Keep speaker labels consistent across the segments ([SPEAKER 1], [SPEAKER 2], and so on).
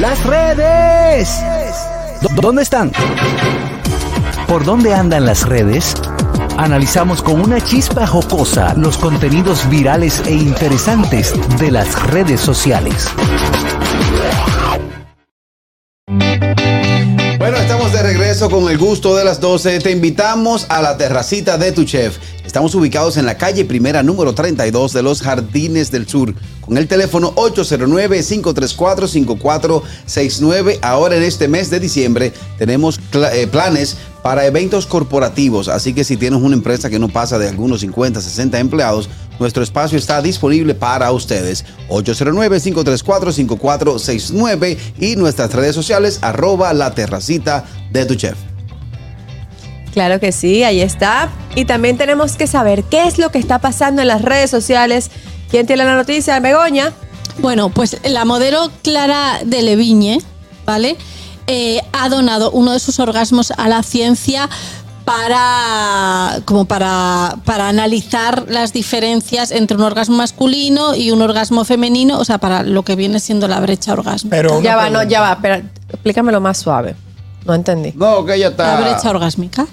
[SPEAKER 1] Las redes. ¿Dónde están? ¿Por dónde andan las redes? Analizamos con una chispa jocosa los contenidos virales e interesantes de las redes sociales.
[SPEAKER 2] Bueno, estamos de regreso con el gusto de las 12. Te invitamos a la terracita de tu chef. Estamos ubicados en la calle primera número 32 de los Jardines del Sur con el teléfono 809-534-5469. Ahora en este mes de diciembre tenemos eh, planes para eventos corporativos, así que si tienes una empresa que no pasa de algunos 50, 60 empleados, nuestro espacio está disponible para ustedes. 809-534-5469 y nuestras redes sociales arroba la terracita de tu chef.
[SPEAKER 3] Claro que sí, ahí está. Y también tenemos que saber qué es lo que está pasando en las redes sociales ¿Quién tiene la noticia? Begoña.
[SPEAKER 4] Bueno, pues la modelo Clara de Leviñe, ¿vale? Eh, ha donado uno de sus orgasmos a la ciencia para como para, para analizar las diferencias entre un orgasmo masculino y un orgasmo femenino, o sea, para lo que viene siendo la brecha orgasmo.
[SPEAKER 5] Pero
[SPEAKER 3] ya
[SPEAKER 5] una
[SPEAKER 3] va, no,
[SPEAKER 5] pregunta.
[SPEAKER 3] ya va, pero explícamelo más suave. No entendí.
[SPEAKER 2] No, que ya
[SPEAKER 4] La
[SPEAKER 2] está.
[SPEAKER 4] brecha orgásmica.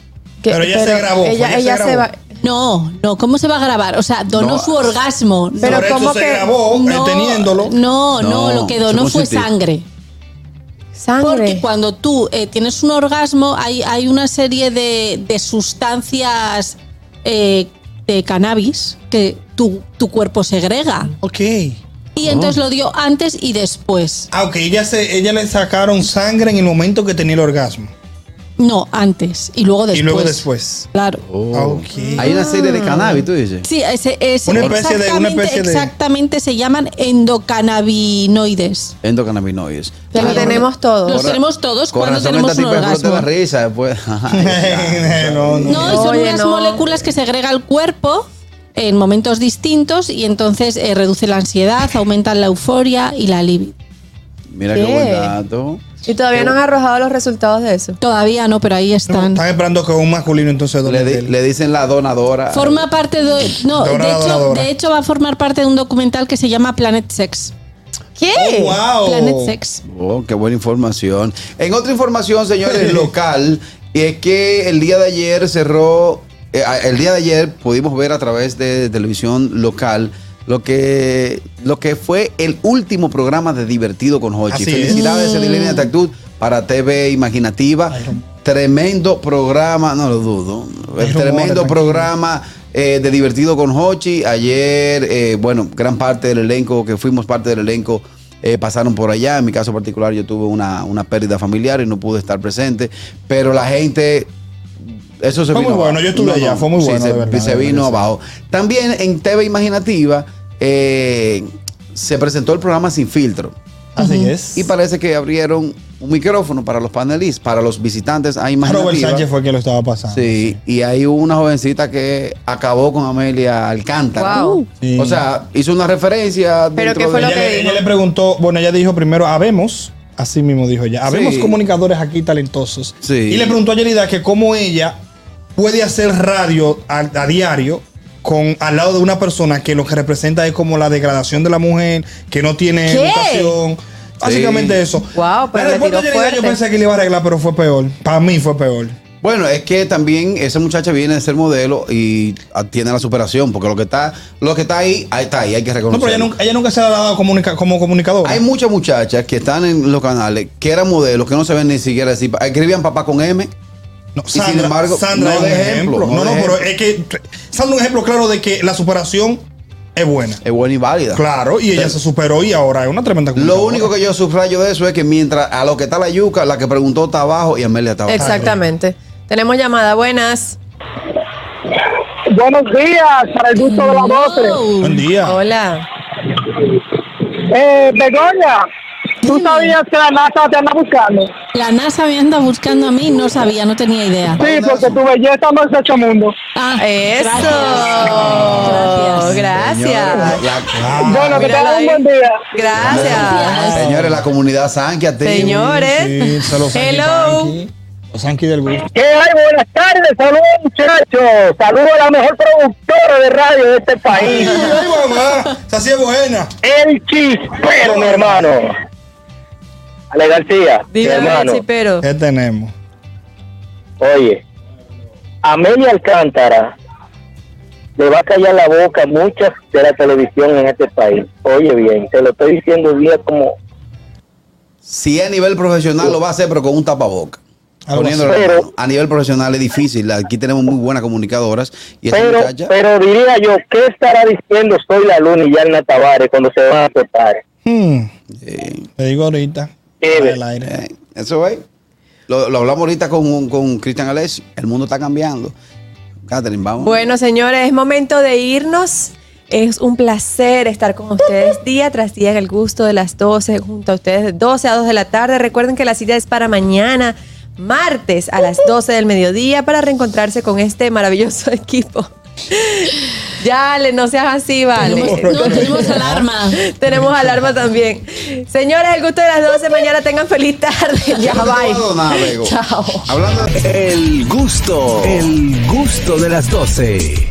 [SPEAKER 3] Que-
[SPEAKER 5] Pero ella se grabó, fue,
[SPEAKER 3] Ella,
[SPEAKER 5] ella se
[SPEAKER 3] ella se
[SPEAKER 5] grabó.
[SPEAKER 3] va.
[SPEAKER 4] No, no, ¿cómo se va a grabar? O sea, donó
[SPEAKER 2] No.
[SPEAKER 4] su orgasmo.
[SPEAKER 3] Pero
[SPEAKER 5] Sobre
[SPEAKER 3] ¿cómo
[SPEAKER 5] eso se
[SPEAKER 3] que-
[SPEAKER 5] grabó eh, teniéndolo.
[SPEAKER 4] No, no,
[SPEAKER 2] No,
[SPEAKER 4] lo que
[SPEAKER 2] eso
[SPEAKER 4] donó
[SPEAKER 2] no
[SPEAKER 4] fue
[SPEAKER 2] se te-
[SPEAKER 4] sangre. Porque
[SPEAKER 3] Sangre.
[SPEAKER 4] cuando tú eh, tienes un orgasmo, hay, hay una serie de, de sustancias eh, de cannabis que tu, tu cuerpo segrega.
[SPEAKER 5] Ok.
[SPEAKER 4] Y
[SPEAKER 5] Oh.
[SPEAKER 4] entonces lo dio antes y después.
[SPEAKER 5] Ah, ok, ella, se, ella le sacaron sangre en el momento que tenía el orgasmo.
[SPEAKER 4] No, antes y luego después.
[SPEAKER 5] Y luego después.
[SPEAKER 4] Claro.
[SPEAKER 5] Ah,
[SPEAKER 2] Oh.
[SPEAKER 5] ok.
[SPEAKER 2] Hay una serie de cannabis, tú dices.
[SPEAKER 4] Sí, ese es
[SPEAKER 5] Una especie de- una
[SPEAKER 4] exactamente,
[SPEAKER 5] especie de-
[SPEAKER 4] exactamente se llaman endocannabinoides.
[SPEAKER 2] Endocannabinoides. Ah,
[SPEAKER 3] Que lo
[SPEAKER 4] Ahora-
[SPEAKER 3] tenemos todo.
[SPEAKER 4] Los tenemos todos
[SPEAKER 2] Con
[SPEAKER 4] cuando
[SPEAKER 2] razón
[SPEAKER 4] tenemos
[SPEAKER 2] esta
[SPEAKER 4] un
[SPEAKER 2] tipa de
[SPEAKER 4] orgasmo.
[SPEAKER 2] fruta de la risa después. Ajá,
[SPEAKER 5] no, no.
[SPEAKER 4] No, y son
[SPEAKER 3] Oye,
[SPEAKER 4] unas
[SPEAKER 3] no.
[SPEAKER 4] moléculas que segrega el cuerpo en momentos distintos y entonces eh, reduce la ansiedad, aumenta la euforia y la libido.
[SPEAKER 2] Mira qué
[SPEAKER 3] ¿Qué?
[SPEAKER 2] buen dato.
[SPEAKER 3] Y todavía no han arrojado los resultados de eso.
[SPEAKER 4] Todavía no, pero ahí están.
[SPEAKER 5] Están esperando que un masculino entonces
[SPEAKER 2] Le,
[SPEAKER 5] donde
[SPEAKER 2] di- le dicen la donadora.
[SPEAKER 4] Forma parte de... No, de
[SPEAKER 5] Dora, Dora,
[SPEAKER 4] hecho,
[SPEAKER 5] Dora.
[SPEAKER 4] de hecho va a formar parte de un documental que se llama Planet Sex.
[SPEAKER 3] ¿Qué?
[SPEAKER 5] wow.
[SPEAKER 4] Planet Sex.
[SPEAKER 2] Oh, qué buena información. En otra información, señores, local, es que el día de ayer cerró, eh, el día de ayer pudimos ver a través de televisión local lo que, lo que fue el último programa de Divertido con Hochi.
[SPEAKER 5] Así es. Mm.
[SPEAKER 2] Felicidades, Edilenia Tactud, para TV Imaginativa. Tremendo programa, no lo dudo.
[SPEAKER 5] Hay rumores,
[SPEAKER 2] Tremendo
[SPEAKER 5] tranquilo.
[SPEAKER 2] programa eh, de Divertido con Hochi. Ayer, eh, bueno, gran parte del elenco, que fuimos parte del elenco, eh, pasaron por allá. En mi caso particular, yo tuve una, una pérdida familiar y no pude estar presente. Pero la gente. Eso se
[SPEAKER 5] Fue
[SPEAKER 2] vino
[SPEAKER 5] muy bueno,
[SPEAKER 2] abajo.
[SPEAKER 5] yo estuve allá, fue muy
[SPEAKER 2] sí,
[SPEAKER 5] bueno,
[SPEAKER 2] se,
[SPEAKER 5] de verdad,
[SPEAKER 2] se
[SPEAKER 5] de
[SPEAKER 2] vino
[SPEAKER 5] verdad.
[SPEAKER 2] abajo. También en TV Imaginativa eh, se presentó el programa Sin Filtro.
[SPEAKER 5] Así es.
[SPEAKER 2] Y parece que abrieron un micrófono para los panelistas, para los visitantes a
[SPEAKER 5] Ah, Robert
[SPEAKER 2] Imaginativa.
[SPEAKER 5] Sánchez fue quien lo estaba pasando.
[SPEAKER 2] Sí, y hay una jovencita que acabó con Amelia Alcántara.
[SPEAKER 3] Wow. Uh.
[SPEAKER 5] Sí.
[SPEAKER 2] O sea, hizo una referencia.
[SPEAKER 3] Pero
[SPEAKER 2] dentro
[SPEAKER 3] ¿qué fue
[SPEAKER 2] de-
[SPEAKER 3] lo
[SPEAKER 5] Ella,
[SPEAKER 3] que
[SPEAKER 5] le,
[SPEAKER 3] dijo.
[SPEAKER 5] ella le preguntó, bueno, ella dijo primero, habemos, así mismo dijo ella, habemos
[SPEAKER 2] Sí.
[SPEAKER 5] comunicadores aquí talentosos.
[SPEAKER 2] Sí.
[SPEAKER 5] Y le preguntó a Yerida que cómo ella puede hacer radio a, a diario con al lado de una persona que lo que representa es como la degradación de la mujer, que no tiene
[SPEAKER 3] ¿Qué?
[SPEAKER 5] educación. Básicamente eso.
[SPEAKER 3] Guau, pero
[SPEAKER 5] La
[SPEAKER 3] le
[SPEAKER 5] respuesta
[SPEAKER 3] tiró
[SPEAKER 5] de Yerida yo
[SPEAKER 3] fuerte.
[SPEAKER 5] pensé que le iba a arreglar, pero fue peor. Para mí fue peor.
[SPEAKER 2] Bueno, es que también esa muchacha viene de ser modelo y tiene la superación, porque lo que está, lo que está ahí, ahí está ahí, hay que
[SPEAKER 5] No,
[SPEAKER 2] reconocerlo.
[SPEAKER 5] pero ella nunca, ella nunca se ha dado comunica- como comunicadora.
[SPEAKER 2] Hay muchas muchachas que están en los canales, que eran modelos, que no se ven ni siquiera decir, escribían papá con M.
[SPEAKER 5] No,
[SPEAKER 2] Y sin embargo, no
[SPEAKER 5] es
[SPEAKER 2] de
[SPEAKER 5] un
[SPEAKER 2] ejemplo, no
[SPEAKER 5] No, no,
[SPEAKER 2] de ejemplo.
[SPEAKER 5] pero es que Sandra es un ejemplo claro de que la superación es buena.
[SPEAKER 2] Es buena y válida.
[SPEAKER 5] Claro, y ella
[SPEAKER 2] Pero-
[SPEAKER 5] se superó y ahora es una tremenda
[SPEAKER 2] Lo único que yo subrayo de eso es que mientras a lo que está la yuca, la que preguntó está abajo y Amelia está abajo.
[SPEAKER 3] Exactamente. Tenemos llamada. Buenas.
[SPEAKER 6] Buenos días, para el gusto de la voz.
[SPEAKER 4] No.
[SPEAKER 5] Buen día.
[SPEAKER 3] Hola.
[SPEAKER 6] Eh, Begoña, ¿tú sabías que la NASA te anda buscando?
[SPEAKER 4] La NASA me anda buscando a mí, no sabía, no tenía idea.
[SPEAKER 6] Sí, porque tu belleza no es de este mundo.
[SPEAKER 4] Ah,
[SPEAKER 3] Eso.
[SPEAKER 4] gracias. Gracias.
[SPEAKER 2] Señores,
[SPEAKER 3] Gracias.
[SPEAKER 2] la-
[SPEAKER 5] Ah,
[SPEAKER 6] bueno, que
[SPEAKER 3] mírala
[SPEAKER 6] tengas un
[SPEAKER 3] ahí.
[SPEAKER 6] buen día.
[SPEAKER 3] Gracias.
[SPEAKER 2] Señores, la comunidad Sankia
[SPEAKER 3] Señores.
[SPEAKER 5] se los Sanky
[SPEAKER 3] Hello.
[SPEAKER 5] Panky, Los Sanky del gusto.
[SPEAKER 6] ¿Qué hay? Buenas tardes, saludos muchachos. Saludos a la mejor productora de radio de este
[SPEAKER 5] Ay,
[SPEAKER 6] país.
[SPEAKER 5] mamá. Esa sí es buena.
[SPEAKER 6] El chispero, mi hermano. Ale García, mi
[SPEAKER 3] Dígame,
[SPEAKER 6] hermano,
[SPEAKER 3] chipero.
[SPEAKER 5] ¿Qué tenemos?
[SPEAKER 6] oye, Amelia Alcántara le va a callar la boca a muchas de la televisión en este país. Oye bien, te lo estoy diciendo día como...
[SPEAKER 2] Si es a nivel profesional lo va a hacer, pero con un tapaboca.
[SPEAKER 5] Algo
[SPEAKER 2] Poniéndolo
[SPEAKER 6] así.
[SPEAKER 2] en la mano. a nivel profesional es difícil. Aquí tenemos muy buenas comunicadoras. Y esta
[SPEAKER 6] Pero,
[SPEAKER 2] muchacha-
[SPEAKER 6] pero diría yo, ¿qué estará diciendo Soy la Luna y Yarna Tavares cuando se van a cortar?
[SPEAKER 5] Hmm,
[SPEAKER 2] Eh,
[SPEAKER 5] te digo ahorita.
[SPEAKER 6] Debe.
[SPEAKER 5] Al aire.
[SPEAKER 2] eh, eso es. Lo, lo hablamos ahorita con, con Cristian Alessi. El mundo está cambiando. Catherine, vamos.
[SPEAKER 3] Bueno, señores, es momento de irnos. Es un placer estar con ustedes día tras día en el gusto de las 12, junto a ustedes de 12 a 2 de la tarde. Recuerden que la cita es para mañana, martes a las 12 del mediodía, para reencontrarse con este maravilloso equipo. ya, Ale, no seas así, vale.
[SPEAKER 4] No, tenemos alarma.
[SPEAKER 3] Tenemos alarma también. Señores, el gusto de las 12. Mañana tengan feliz tarde. Ya,
[SPEAKER 2] No te he
[SPEAKER 3] bye.
[SPEAKER 2] dado nada, Bego.
[SPEAKER 3] Chao.
[SPEAKER 2] Hablando de-
[SPEAKER 1] El gusto, el gusto de las 12.